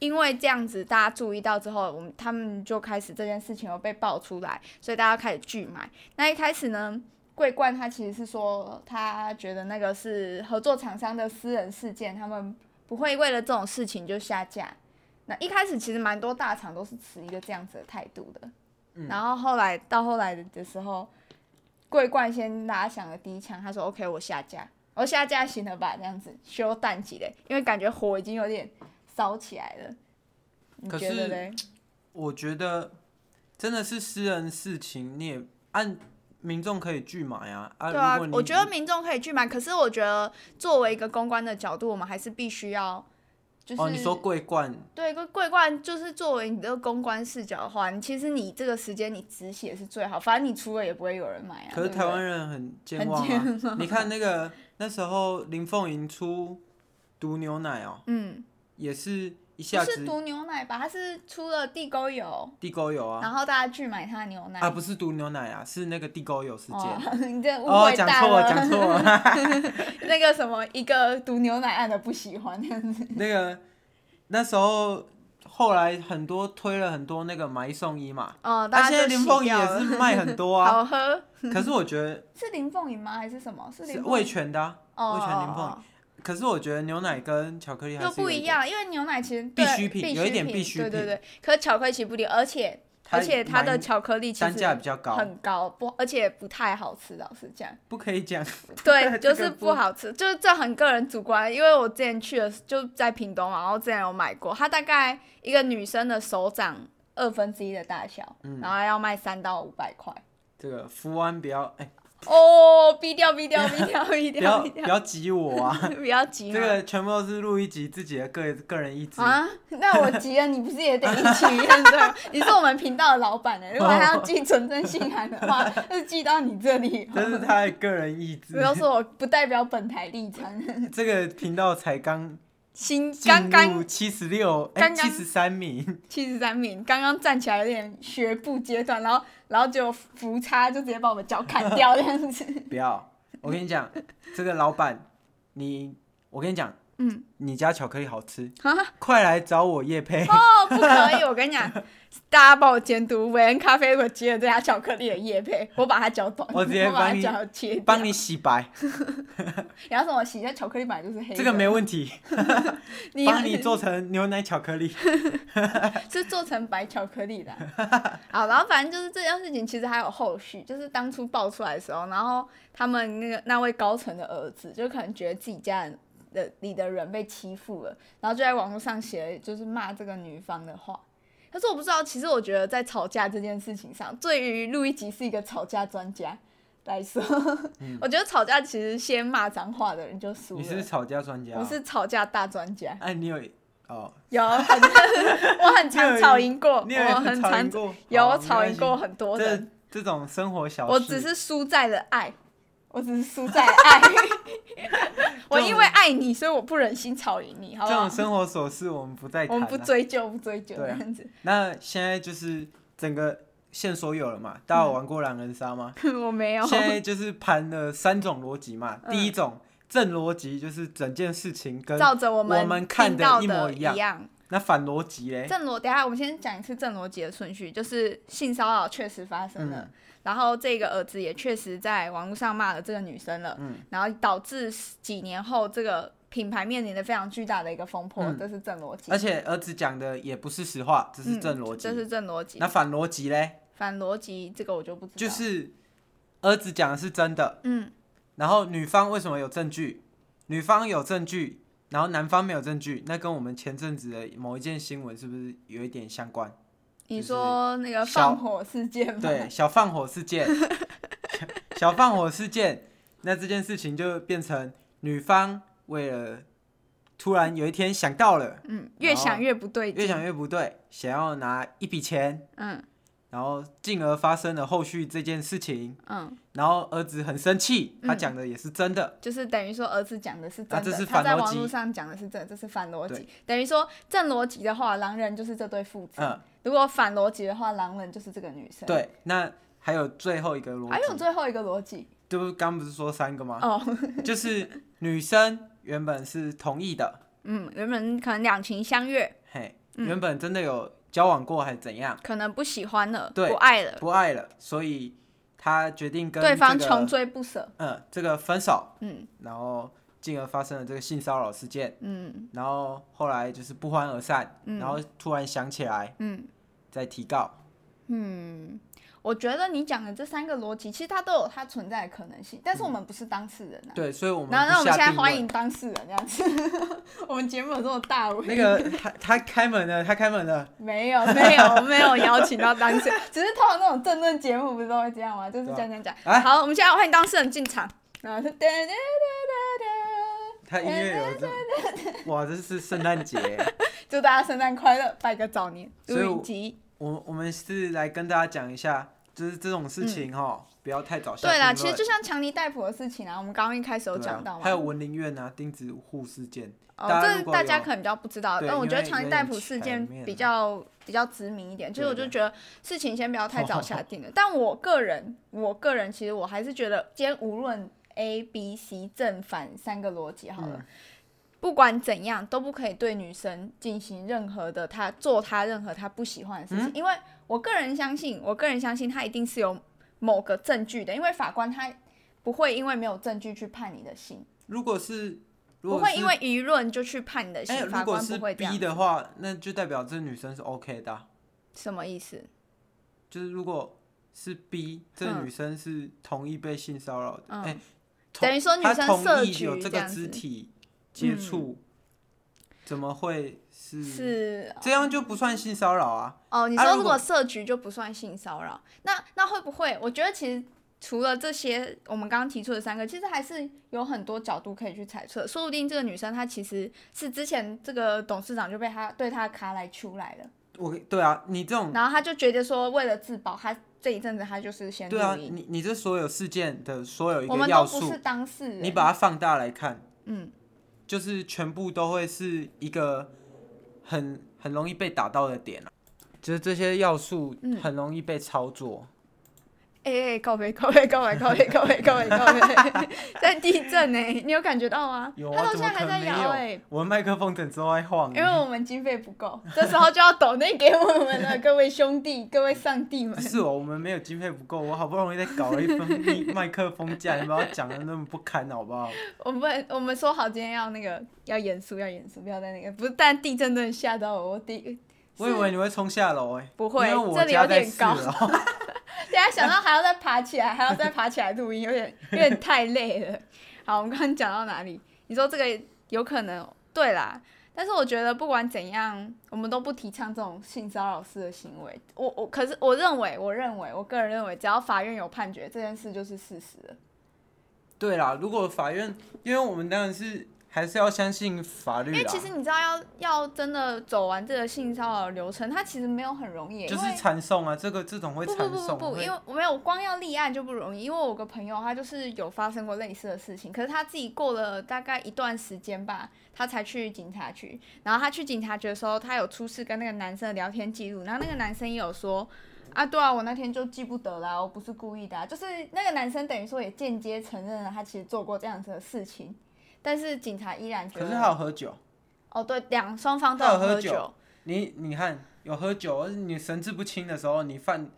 S1: 因为这样子，大家注意到之后，我们他们就开始这件事情又被爆出来，所以大家开始拒买。那一开始呢，桂冠他其实是说，他觉得那个是合作厂商的私人事件，他们不会为了这种事情就下架。那一开始其实蛮多大厂都是持一个这样子的态度的，
S2: 嗯
S1: 然后后来到后来的时候，桂冠先拉响了第一枪，他说 OK 我下架，我下架行了吧这样子修淡季嘞，因为感觉火已经有点烧起来了，你
S2: 可
S1: 觉得
S2: 是
S1: 嘞？
S2: 我觉得真的是私人事情，你也按民众可以拒买啊啊！
S1: 对啊
S2: 如果，你
S1: 我觉得民众可以去买，可是我觉得作为一个公关的角度，我们还是必须要，就是、
S2: 哦，你说桂冠
S1: 对，桂桂冠就是作为你的公关视角的话，你其实你这个时间你止血是最好，反正你出了也不会有人买啊。
S2: 可是
S1: 对不
S2: 台
S1: 对
S2: 湾人很健忘啊！你看那个那时候林凤营出毒牛奶哦，
S1: 嗯，
S2: 也是
S1: 不
S2: 一下
S1: 是
S2: 子
S1: 毒牛奶吧？它是出了地沟油，
S2: 地沟油啊
S1: 然后大家去买它的牛奶。
S2: 啊，不是毒牛奶啊，是那个地沟油事件。
S1: 哦， 你这误
S2: 哦，
S1: 会
S2: 讲
S1: 大
S2: 错了，
S1: 了。
S2: 讲错了。
S1: 那个什么，一个毒牛奶案的不喜欢 这样 子。
S2: 那个那时候后来很多推了很多那个买一送一嘛，
S1: 哦，
S2: 啊，
S1: 大家
S2: 现在
S1: 就
S2: 林
S1: 洗
S2: 凤仪
S1: 掉
S2: 也
S1: 了
S2: 是卖很多啊。
S1: 好喝，
S2: 可是我觉得
S1: 是林凤营吗？还是什么？是
S2: 是
S1: 林
S2: 味
S1: 凤
S2: 全的、啊，
S1: 哦
S2: 味全林
S1: 哦
S2: 凤
S1: 哦
S2: 可是我觉得牛奶跟巧克力还
S1: 又
S2: 是有
S1: 不一
S2: 点，
S1: 样，因为牛奶其实
S2: 必
S1: 对
S2: 需品
S1: 必
S2: 有一
S1: 需
S2: 点
S1: 品
S2: 必需
S1: 对对
S2: 品
S1: 对，可巧克力其实不一样，而且而且它的
S2: 蛮
S1: 巧克力其
S2: 单价
S1: 实
S2: 比较高，
S1: 很高，不而且不太好吃，老实讲。
S2: 不可以 讲。
S1: 对，
S2: 这
S1: 就
S2: 个
S1: 是
S2: 不
S1: 不好吃，就是这很个人主观。因为我之前去的时就在屏东嘛，然后之前有买过，它大概一个女生的手掌二分之一的大小，
S2: 嗯
S1: 然后要卖三到五百块。
S2: 这个福安不要，哎、
S1: 哦，逼掉，逼掉，逼掉，逼
S2: 不要
S1: 掉，逼
S2: 不
S1: 掉，
S2: 要挤我啊！
S1: 不要急
S2: 这
S1: 嘛
S2: 个全部都是录一集自己的个个人意志。
S1: 啊，那我急了，你不是也得一起 对吧？你是我们频道的老板欸呢，如果还要寄存真信函的话， 就寄到你这里。
S2: 这哦是他的个人意
S1: 不
S2: 志。
S1: 要说我不代表本台立场，
S2: 这个频道才刚
S1: 新刚
S2: 进
S1: 刚
S2: 入七十六，哎，
S1: 刚
S2: 七
S1: 刚
S2: 十三名，
S1: 七十三名，刚刚站起来有点学步阶段，然后然后就扶差就直接把我们脚砍掉这样子。
S2: 不要！我跟 你讲，这个老板，你，我跟你讲，
S1: 嗯，
S2: 你家巧克力好吃，
S1: 啊，
S2: 快来找我叶配。
S1: 哦，不可以！我跟你讲，大家帮我监督韦恩咖啡，我接了这家巧克力的叶配，我把它脚短，
S2: 我直接
S1: 把
S2: 帮
S1: 它
S2: 你
S1: 脚切掉。
S2: 帮你 洗白，
S1: 然后什么洗？那巧克力本来就是黑的，
S2: 这个没问题，
S1: 你
S2: 帮你做成牛奶巧 克力。
S1: 是做成白巧克力的 啊。好，然后反正就是这件事情，其实还有后续，就是当初爆出来的时候，然后他们那个那位高层的儿子，就可能觉得自己家人的里的人被欺负了，然后就在网络上写，就是骂这个女方的话。可是我不知道，其实我觉得在吵架这件事情上，对于路易吉是一个吵架专家来 说，我觉得吵架其实先骂脏话的人就输
S2: 嗯你
S1: 了。
S2: 是吵架专家？
S1: 我，是吵架大专家。
S2: 哎，你有哦，
S1: 有很， 我很常吵赢过，
S2: 你有
S1: 哦我很
S2: 吵赢
S1: 常
S2: 过，
S1: 有
S2: 好
S1: 吵赢。过
S2: 没
S1: 很多
S2: 关系
S1: 人，
S2: 这这种生活小事，
S1: 我只是输在了爱，我只是输 在了爱，我因为爱你，所以我不忍心吵赢你，好
S2: 这
S1: 不
S2: 种
S1: 好？
S2: 生活琐事我们不再
S1: 哦我
S2: 谈
S1: 们不
S2: 了。
S1: 追究，不追究这
S2: 对啊
S1: 样子，
S2: 那现在就是整个线索有了嘛？大家有玩过狼人杀吗？
S1: 我没有。
S2: 现在就是盘了三种逻辑嘛。
S1: 哦嗯
S2: 第一种正逻辑就是整件事情跟
S1: 照着我
S2: 我们看
S1: 听
S2: 的
S1: 到
S2: 一模
S1: 的
S2: 一样那反逻辑嘞，
S1: 正逻，等一下我们先讲一次正逻辑的顺序，就是性骚扰确实发生了，
S2: 嗯
S1: 然后这个儿子也确实在网络上骂了这个女生了，
S2: 嗯
S1: 然后导致几年后这个品牌面临的非常巨大的一个风波，
S2: 嗯
S1: 这是正逻辑，嗯
S2: 而且儿子讲的也不是实话，这是正逻辑。
S1: 这是正逻辑
S2: 那。反逻辑嘞，
S1: 反逻辑这个我就不知道，
S2: 就是儿子讲的是真的，
S1: 嗯，
S2: 然后女方为什么有证据？女方有证据，然后男方没有证据，那跟我们前阵子的某一件新闻是不是有一点相关？
S1: 你
S2: 就是
S1: 说那个
S2: 小
S1: 放火事件吗？
S2: 对，小放火事 件，小放火事件，那这件事情就变成女方为了突然有一天想到了，
S1: 嗯，越想越不对劲，
S2: 越想越不对，想要拿一笔钱，
S1: 嗯
S2: 然后进而发生了后续这件事情，
S1: 嗯，
S2: 然后儿子很生气，他
S1: 嗯
S2: 讲的也是真的，
S1: 就是等于说儿子讲的是真
S2: 啊这
S1: 的，
S2: 是
S1: 他
S2: 反
S1: 在
S2: 逻
S1: 网
S2: 辑
S1: 络上讲的是真的，这是反逻
S2: 对
S1: 辑。等于说正逻辑的话，狼人就是这对父子；
S2: 嗯，
S1: 如果反逻辑的话，狼人就是这个女生。，
S2: 对，那。还有最后一个逻
S1: 还有
S2: 辑，啊
S1: 最后一个逻辑
S2: 就不刚不是说三个吗？
S1: 哦，
S2: 就是女生原本是同意的，
S1: 嗯，原本可能两情相悦，
S2: 嘿，
S1: 嗯
S2: 原本真的有交往过还是怎样，
S1: 可能不喜欢了，
S2: 对
S1: 不爱了，
S2: 不爱了，所以她决定跟、这
S1: 对方
S2: 个
S1: 穷追不舍。
S2: 嗯，这个分手，
S1: 嗯
S2: 然后进而发生了这个性骚扰事件，
S1: 嗯
S2: 然后后来就是不欢而散，
S1: 嗯
S2: 然后突然想起来
S1: 嗯
S2: 再提告，
S1: 嗯，我觉得你讲的这三个逻辑，其实它都有它存在的可能性，但是我们不是当事人啊。
S2: 对，所以我们
S1: 然后，那
S2: 不
S1: 我们
S2: 下
S1: 现在
S2: 定
S1: 欢
S2: 论
S1: 迎当事人这样子。 我们节目有这么大威？
S2: 那个他他开门了，他开门了，
S1: 没有没有没有邀请到当事人，只是通常那种政论节目不是都会这样吗？就是
S2: 对啊
S1: 讲讲讲。
S2: 哎
S1: 好，我们现在欢迎当事人进场。然后是哒哒哒哒
S2: 他音乐有 这，哇，这是圣诞节，
S1: 哒，祝大家圣诞快乐，拜个早年，
S2: 所以
S1: 祝
S2: 我
S1: 你吉。
S2: 我我们是来跟大家讲一下就是这种事情哈，不要太早
S1: 嗯
S2: 下
S1: 对啦，
S2: 定
S1: 其实
S2: 论
S1: 就像强尼戴普的事情啊，我们刚刚一开始有
S2: 对
S1: 讲到
S2: 啊，
S1: 嘛。
S2: 还有文林院啊、钉子户事件，
S1: 哦，
S2: 大家
S1: 这
S2: 如果
S1: 大家
S2: 有
S1: 可能比较不知道，
S2: 对
S1: 但我
S2: 因
S1: 觉得
S2: 为
S1: 强尼
S2: 有
S1: 戴
S2: 点
S1: 普事
S2: 前
S1: 件
S2: 面
S1: 比
S2: 啊
S1: 较比较知名一点，就是
S2: 对
S1: 我就
S2: 对
S1: 觉得事情先不要太早 下定了。但我个人，我个人其实我还是觉得，今天无论 A、B、C 正反三个逻辑好了。
S2: 嗯
S1: 不管怎样，都不可以对女生进行任何的她做她任何她不喜欢的
S2: 嗯
S1: 事情，因为我个人相信，我个人相信她一定是有某个证据的，因为法官他不会因为没有证据去判你的刑。
S2: 如果是
S1: 不
S2: 如果
S1: 会
S2: 是
S1: 因为舆论就去判你的
S2: 哎，
S1: 刑，
S2: 如
S1: 法
S2: 果
S1: 官
S2: 是
S1: 不会这
S2: B
S1: 样。
S2: 的话，那就代表这女生是 OK 的啊、
S1: 什么意思？
S2: 就是如果是 B，这个
S1: 嗯
S2: 女生是同意被性骚扰的，
S1: 嗯
S2: 哎、同
S1: 等于说女
S2: 她
S1: 生
S2: 同
S1: 设
S2: 意
S1: 局
S2: 有这
S1: 这
S2: 个
S1: 样
S2: 肢
S1: 子嗯
S2: 体接触，怎么会是？
S1: 是
S2: 这样就不算性骚扰啊！
S1: 哦，你
S2: 嗯啊
S1: 说
S2: 如
S1: 如
S2: 果
S1: 果设局就不算性骚扰，那那会不会？我觉得其实除了这些我们刚刚提出的三个，其实还是有很多角度可以去猜测，说不定这个女生她其实是之前这个董事长就被她对她的卡来出来了，
S2: 我对啊，你这种
S1: 然后她就觉得说为了自保，她这一阵子她就是先
S2: 对啊，
S1: 录音，
S2: 你你这所有事件的所有一
S1: 我
S2: 个
S1: 们都
S2: 要
S1: 不是
S2: 素，
S1: 当事人，
S2: 你把它放大来看，
S1: 嗯，
S2: 就是全部都会是一个很很容易被打到的点啊，就是这些要素
S1: 嗯
S2: 很容易被操作。
S1: 哎、欸欸，告白告白告白告白告白告白告白，在地震呢、你有感觉到吗？
S2: 有
S1: 它
S2: 啊，
S1: 到
S2: 怎
S1: 现
S2: 么
S1: 在
S2: 可
S1: 还在
S2: 能没
S1: 摇
S2: 有？
S1: 哎、
S2: 我的麦克风整只都在晃
S1: 因为
S2: 欸。
S1: 我们经费不够，这时候就要抖内给我们了，各位兄弟，各位上帝们
S2: 不。是哦，我们没有经费不够，我好不容易才搞了一份麦克风架，你不要讲的那么不堪好 不好？
S1: 我们我们说好今天要那个要严肃，要严肃，不要再那个。不是，但地震真的吓到我，我第
S2: 我以为你会冲下楼哎，
S1: 不会
S2: 因为我
S1: 这里
S2: 家
S1: 有
S2: 在
S1: 点
S2: 四
S1: 高
S2: 楼
S1: 现在啊想到还要再爬起来，还要再爬起来录音，有点有点太累了。好，我们刚刚讲到哪里？你说这个有可能对啦，但是我觉得不管怎样，我们都不提倡这种性骚扰式的行为。我我可是我认为，我认为我个人认为，只要法院有判决，这件事就是事实了。
S2: 对啦，如果法院，因为我们当然是还是要相信法律
S1: 因为
S2: 啦
S1: 其，实你知道要，要真的走完这个性骚扰流程，它其实没有很容易，
S2: 就
S1: 因
S2: 是
S1: 为
S2: 传送啊，这个这种会
S1: 不
S2: 传
S1: 不不
S2: 送，啊
S1: 不不，
S2: 会
S1: 因为我没有光要立案就不容易，因为我有个朋友他就是有发生过类似的事情，可是他自己过了大概一段时间吧，他才去警察局。然后他去警察局的时候，他有出示跟那个男生的聊天记录，然后那个男生也有说。啊，对啊，我那天就记不得啦，我不是故意的、啊，就是那个男生等于说也间接承认了他其实做过这样子的事情，但是警察依然觉
S2: 可
S1: 得，
S2: 是还有喝酒。
S1: 哦，对，两双方都
S2: 他有喝
S1: 喝
S2: 酒你你看，有喝酒，而你神志不清的时候，你犯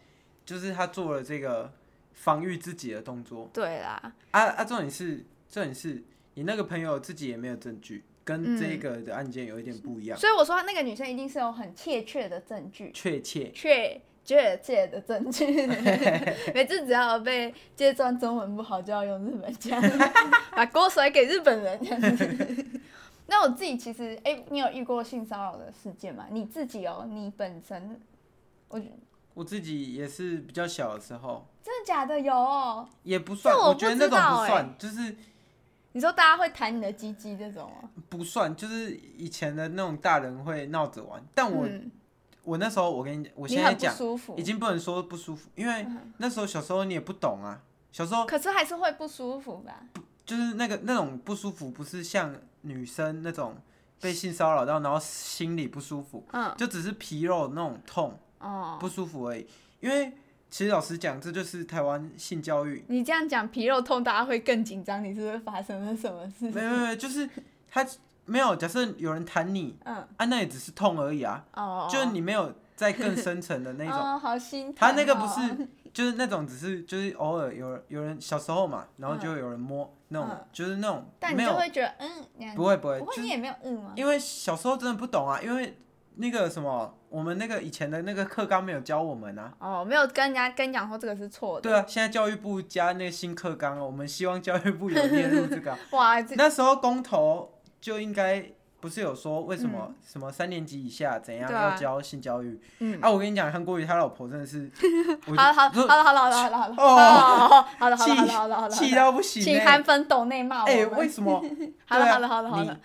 S2: 就是他做了这个防御自己的动作。
S1: 对啦，
S2: 啊啊，重点是重点是你那个朋友自己也没有证据，
S1: 嗯
S2: 跟这个的案件有一点不一样，
S1: 所以我说那个女生一定是有很确切的证据，
S2: 确切。
S1: 确确切的证 据。每次只要被揭穿中文不好，就要用日本腔，把锅甩给日本人这样子。 那我自己其实，哎、你有遇过性骚扰的事件吗？你自己哦，你本身，我真
S2: 我自己也是比较小的时候，
S1: 的假的有哦？
S2: 也不算，
S1: 这
S2: 我
S1: 我
S2: 觉得
S1: 不
S2: 那
S1: 知
S2: 种
S1: 道
S2: 不
S1: 欸
S2: 算，就是
S1: 你说大家会弹你的鸡鸡这种哦？
S2: 不算，就是以前的那种大人会闹着玩。但我、
S1: 嗯，
S2: 我那时候，我跟你讲，我
S1: 你
S2: 现在
S1: 很不
S2: 讲
S1: 舒服
S2: 已，经不能说不舒服，因为
S1: 嗯
S2: 那时候小时候你也不懂啊，小时候。
S1: 可是还是会不舒服吧？
S2: 就是那个那种不舒服，不是像女生那种被性骚扰到，然后心里不舒服，
S1: 嗯，
S2: 就只是皮肉那种痛
S1: 哦，
S2: 不舒服而已。因为其实老实讲，这就是台湾性 教育，
S1: 你这样讲皮肉痛，大家会更紧张。你是不是发生了什么事？
S2: 没有没有没有，就是他没有。假设有人弹你
S1: 嗯，
S2: 啊，那也只是痛而已啊，
S1: 哦，
S2: 就是你没有在更深层的那一种。
S1: 哦，好心疼、
S2: 他
S1: 哦。
S2: 那个不是， 就是那种只是就是偶尔有人有人小时候嘛，然后就有人摸那种
S1: 嗯，
S2: 就是那种
S1: 但
S2: 没
S1: 你就
S2: 有
S1: 会觉得嗯，那样
S2: 不会不会，
S1: 不
S2: 就
S1: 会
S2: 是
S1: 你也没有嗯吗？
S2: 因为小时候真的不懂啊，因为那个什么，我们那个以前的那个课纲没有教我们啊。
S1: 哦，没有跟人家跟你讲说这个是错的。
S2: 对啊，现在教育部加那个新课纲啊，我们希望教育部有列入这 个啊、
S1: 哇，这
S2: 那时候公投就应该不是有说为什么、什么三年级以下怎样
S1: 嗯对啊
S2: 要教性教育？
S1: 嗯，
S2: 啊，我跟你讲，韩国瑜他老婆真 的是
S1: 好了好了
S2: 不是
S1: 好了好了好了好了好
S2: 哦
S1: 了好了好了好了好了好了好了好了好了，
S2: 气到不行、
S1: 请
S2: 欸。
S1: 韩粉抖内骂我
S2: 哎、
S1: 们。
S2: 为什么？
S1: 好了
S2: 对啊
S1: 好了好了好了，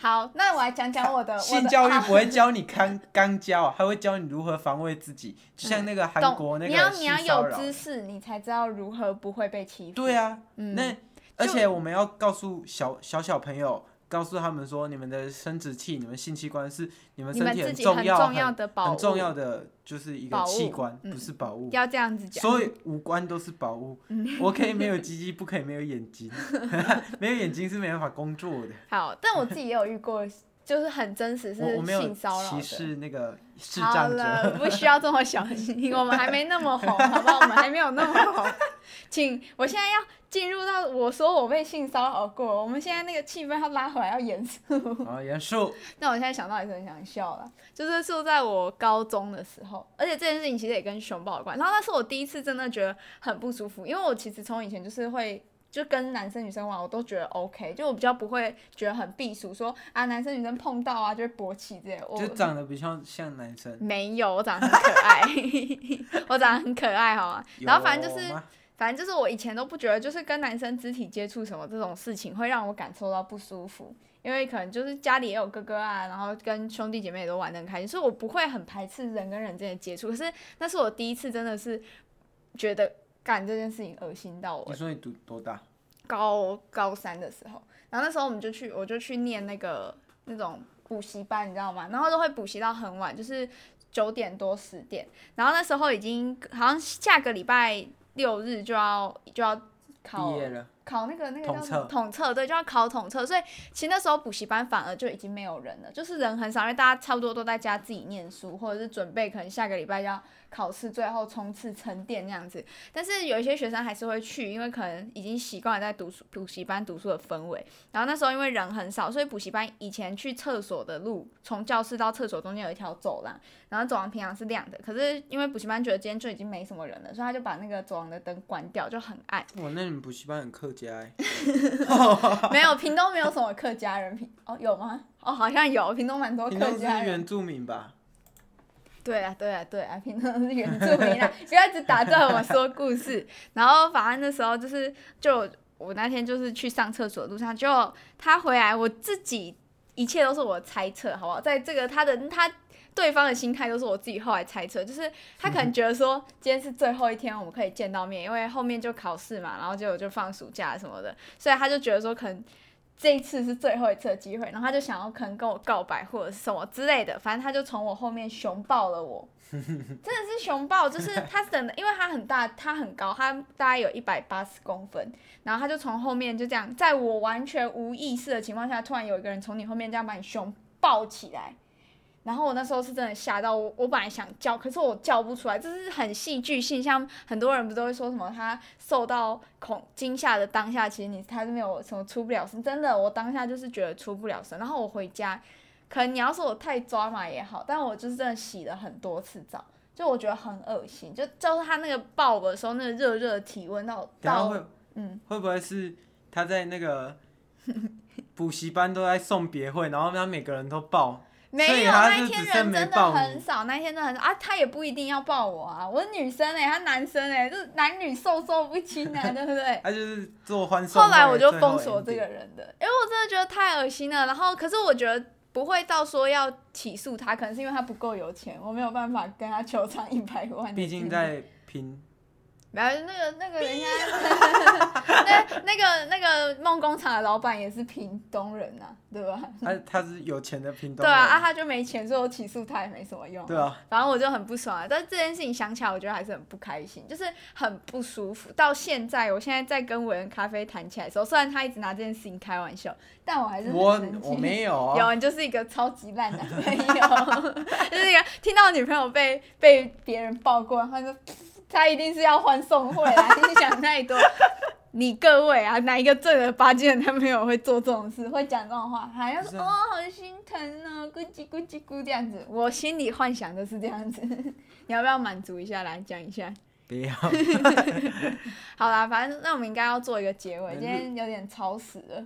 S1: 好，那我来讲讲我的我的
S2: 性教育
S1: 好
S2: 不会教 你刚刚教，啊还会教你如何防卫自己，就像那个韩
S1: 嗯懂
S2: 国那
S1: 你要你
S2: 个性
S1: 要
S2: 骚
S1: 有
S2: 扰。
S1: 知识，你才知道如何不会被欺负。
S2: 对啊，
S1: 嗯
S2: 那而且我们要告诉小小小朋友，告诉他们说，你们的生殖器、你们性器官是你们
S1: 你
S2: 身
S1: 们
S2: 体
S1: 自
S2: 很
S1: 己很
S2: 重要、
S1: 重
S2: 很
S1: 要的宝物，
S2: 很重要的就是一个
S1: 宝物
S2: 器官，
S1: 嗯
S2: 不是宝物。
S1: 要这样子讲。嗯
S2: 所以五官都是宝物，我可以没有鸡鸡，不可以没有 眼睛，没有眼睛是没办法工作的。
S1: 好，但我自己也有遇过，就是很真实是
S2: 我我没有
S1: 性骚扰
S2: 歧
S1: 的。
S2: 视那个视
S1: 好
S2: 障者，
S1: 了，不需要这么小心，我们还没那么红，好不好？我们还没有那么 红，请我现在要进入到我说我被性骚扰过，我们现在那个气氛要拉回来，要严 肃。
S2: 好哦严肃。
S1: 那我现在想到也是很想笑了，就是是在我高中的时候，而且这件事情其实也跟熊抱有关。然后那是我第一次真的觉得很不舒服，因为我其实从以前就是会。就跟男生女生玩，我都觉得 OK，就我比较不会觉得很避暑，说啊男生女生碰到啊就会勃起这些。我
S2: 就长得比较像男生。
S1: 没有，我长得很可爱， 我长得很可爱好吗？然后反正就是
S2: 有啊吗
S1: 反正就是我以前都不觉得，就是跟男生肢体接触什么这种事情会让我感受到不舒服，因为可能就是家里也有哥哥啊，然后跟兄弟姐妹也都玩得很开心，所以我不会很排斥人跟人之间的接触。可是那是我第一次真的是觉得干这件事情恶心到我
S2: 你，说你读多大？
S1: 高高三的时候，然后那时候我们就去，我就去念那个那种补习班，你知道吗？然后都会补习到很晚，就是九点多十点。然后那时候已经好像下个礼拜六日就要就要考
S2: 毕业了，
S1: 考那个那个叫
S2: 统
S1: 什么
S2: 测
S1: 统测，对，就要考统测。所以其实那时候补习班反而就已经没有人了，就是人很少，因为大家差不多都在家自己念书，或者是准备可能下个礼拜要考试，最后冲刺沉淀那样子。但是有一些学生还是会去，因为可能已经习惯了在读书补习班读书的氛围。然后那时候因为人很少，所以补习班以前去厕所的路，从教室到厕所中间有一条走廊，然后走廊平常是亮的，可是因为补习班觉得今天就已经没什么人了，所以他就把那个走廊的灯关掉，就很暗。
S2: 哇，那你们补习班很客家欸
S1: 没有，屏东没有什么客家人，屏哦有吗？哦，好像有，屏东蛮多
S2: 你
S1: 客
S2: 都是
S1: 家人。
S2: 原住民吧？
S1: 对啊，对啊，对啊，屏东是原住民啊，不要一直打断我说故事。然后反正那时候就是，就我那天就是去上厕所的路上，就他回来，我自己一切都是我猜测，好不好？在这个他的他。对方的心态都是我自己后来猜测，就是他可能觉得说今天是最后一天，我们可以见到面，因为后面就考试嘛，然后就就放暑假什么的，所以他就觉得说可能这一次是最后一次的机会，然后他就想要可能跟我告白或者是什么之类的，反正他就从我后面熊抱了我，真的是熊抱，就是他真的，因为他很大，他很高，他大概有一百八十公分，然后他就从后面就这样，在我完全无意识的情况下，突然有一个人从你后面这样把你熊抱起来。然后我那时候是真的吓到我，我本来想叫，可是我叫不出来，这是很戏剧性。像很多人不都会说什么，他受到恐惊吓的当下，其实你他是没有什么出不了声。真的，我当下就是觉得出不了声。然后我回家，可能你要说我太抓马也好，但我就是真的洗了很多次澡，就我觉得很恶心。就就是他那个抱我的时候，那个热热的体温到
S2: 等下
S1: 到
S2: 会
S1: 嗯，
S2: 会不会是他在那个 补习班都在送别会，然后他每个人都报？所
S1: 没
S2: 以
S1: 有，
S2: 他
S1: 那
S2: 就
S1: 一
S2: 只
S1: 天
S2: 是
S1: 人
S2: 没
S1: 真的
S2: 抱
S1: 很
S2: 你
S1: 少，那一天真的很少啊！他也不一定要抱我啊，我是女生哎、他男生哎、就是男女授受不亲 啊，对不对？
S2: 他就是做欢送
S1: 后
S2: 会的最
S1: 来
S2: 后
S1: 我
S2: ending。
S1: 就封锁这个人的，因为我真的觉得太恶心了。然后，可是我觉得不会到说要起诉他，可能是因为他不够有钱，我没有办法跟他求偿一百万。
S2: 毕竟在 平
S1: 然后那个那个 人家，那那个那个梦工厂的老板也是屏东人呐、对 吧？
S2: 他他是有钱的屏东
S1: 对啊，啊
S2: 人，
S1: 他就没钱，所以我起诉他也没什么用。
S2: 对啊，
S1: 反正我就很不爽啊。但这件事情想起来，我觉得还是很不开心，就是很不舒服。到现在，我现在在跟韦恩咖啡谈起来的时候，虽然他一直拿这件事情开玩笑，但我还是很
S2: 我
S1: 生气
S2: 我没有啊，
S1: 有，你就是一个超级烂男 朋友，就是一个听到女朋友被被别人抱过，然后就他一定是要欢送会啦，你想太多。你各位啊，哪一个正儿八经的男朋友会做这种事，会讲这种话，还要
S2: 不
S1: 说
S2: 是
S1: 哦
S2: 啊
S1: 好心疼哦，咕叽咕叽咕这样子。我心里幻想的是这样子， 你要不要满足一下来讲一下？
S2: 不要，
S1: 好啦，反正那我们应该要做一个结尾，
S2: 嗯
S1: 今天有点超时了。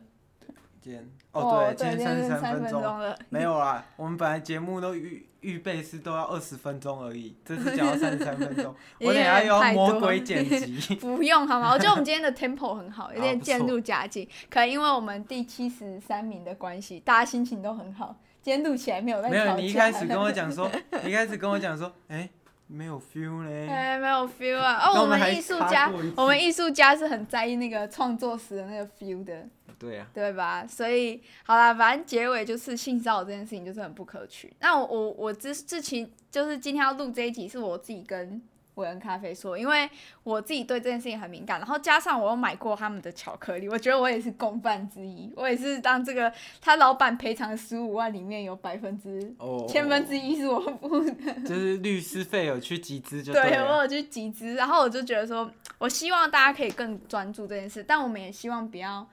S2: 今天哦，
S1: 对，
S2: 今天三十
S1: 是
S2: 三分
S1: 分
S2: 钟，
S1: 了，
S2: 没有啦，我们本来节目都预预备是都要二十分钟而已，这次讲到三十三分 钟，
S1: 因
S2: 我等一下
S1: 为
S2: 又要
S1: 太
S2: 魔
S1: 多
S2: 鬼
S1: 了
S2: 剪辑，
S1: 不用好吗？我觉得我们今天的 tempo 很好，有
S2: 好
S1: 点
S2: 不
S1: 渐
S2: 错
S1: 入佳境。可能因为我们第七十三名的关系，大家心情都很好，今天录起来没有在
S2: 没
S1: 吵
S2: 有，
S1: 架。
S2: 你一开始跟我讲说，你一开始跟我讲说，哎、没有 feel 嘞，
S1: 哎，没有 feel 啊！
S2: 那
S1: 哦，
S2: 我们还
S1: 艺术
S2: 卡
S1: 家
S2: 过一次，
S1: 我们艺术家是很在意那个创作时的那个 feel 的，
S2: 对呀、
S1: 对啊吧？所以好啦，反正结尾就是性骚扰这件事情就是很不可取。那我我我之之前就是今天要录这一集，是我自己跟伟恩咖啡说，因为我自己对这件事情很敏感，然后加上我有买过他们的巧克力，我觉得我也是共犯之一，我也是当这个他老板赔偿十五万里面有百分之
S2: 哦，
S1: 千分之一是我付的。
S2: 就是律师费有去集资就
S1: 对，我
S2: 了，
S1: 有去集资，然后我就觉得说，我希望大家可以更专注这件事，但我们也希望不要，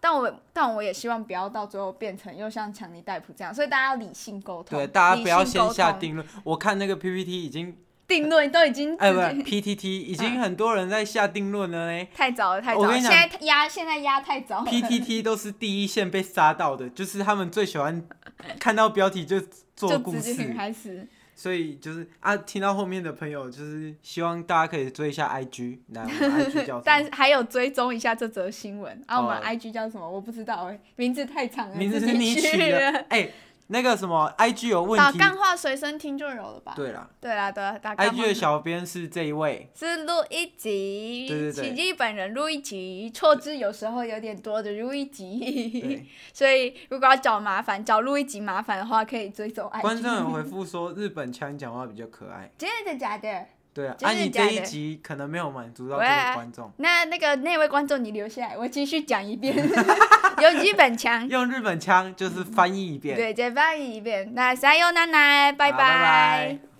S1: 但我但我也希望不要到最后变成又像强尼戴普这样，所以大家要理性沟通，
S2: 对，大家
S1: 理
S2: 不要
S1: 性
S2: 先
S1: 沟
S2: 下
S1: 通
S2: 定论，我看那个 PPT 已经，
S1: 定论，都已经
S2: 哎，
S1: 直
S2: 不
S1: 接
S2: 是 PTT 已
S1: 啊
S2: 经很多人在下定论了嘞。
S1: 太早了，太
S2: 我
S1: 早了，
S2: 跟你
S1: 现
S2: 讲
S1: 在压现在压太早了
S2: PTT 都是第一线被杀到的，就是他们最喜欢看到标题就 做
S1: 就
S2: 故
S1: 直接
S2: 事，
S1: 开始，
S2: 所以就是啊，听到后面的朋友就是希望大家可以追一下 IG，来我们 IG 叫
S1: 但
S2: 什
S1: 是还有追踪一下这则新闻啊，我们
S2: 哦
S1: IG 叫什么？我不知道哎、名字太长了，
S2: 么？名字
S1: 自
S2: 是
S1: 己
S2: 你取
S1: 去
S2: 的，哎、那个什么 IG 有问
S1: 打
S2: 题，
S1: 干话随身听就有了吧？
S2: 对啦
S1: 对啦，对啦，打干话
S2: IG 的小编是这一位，
S1: 是录一集，
S2: 对对对
S1: 奇迹本人录一集，错字有时候有点多的录一集，
S2: 对，
S1: 所以如果要找麻烦，找录一集麻烦的话，可以追踪 IG。
S2: 观众有回复说日本腔讲话比较可爱，
S1: 真的假的？
S2: 对啊，
S1: 真
S2: 啊
S1: 的
S2: 你
S1: 假
S2: 这一
S1: 的
S2: 集可能没有满足到这
S1: 喂
S2: 个观众，
S1: 那那个那位观众你留下来，我继续讲一 遍，有基本强，
S2: 用日本腔就是翻译一遍，
S1: 对，再翻译一遍。那撒由那奶，拜
S2: 好拜拜。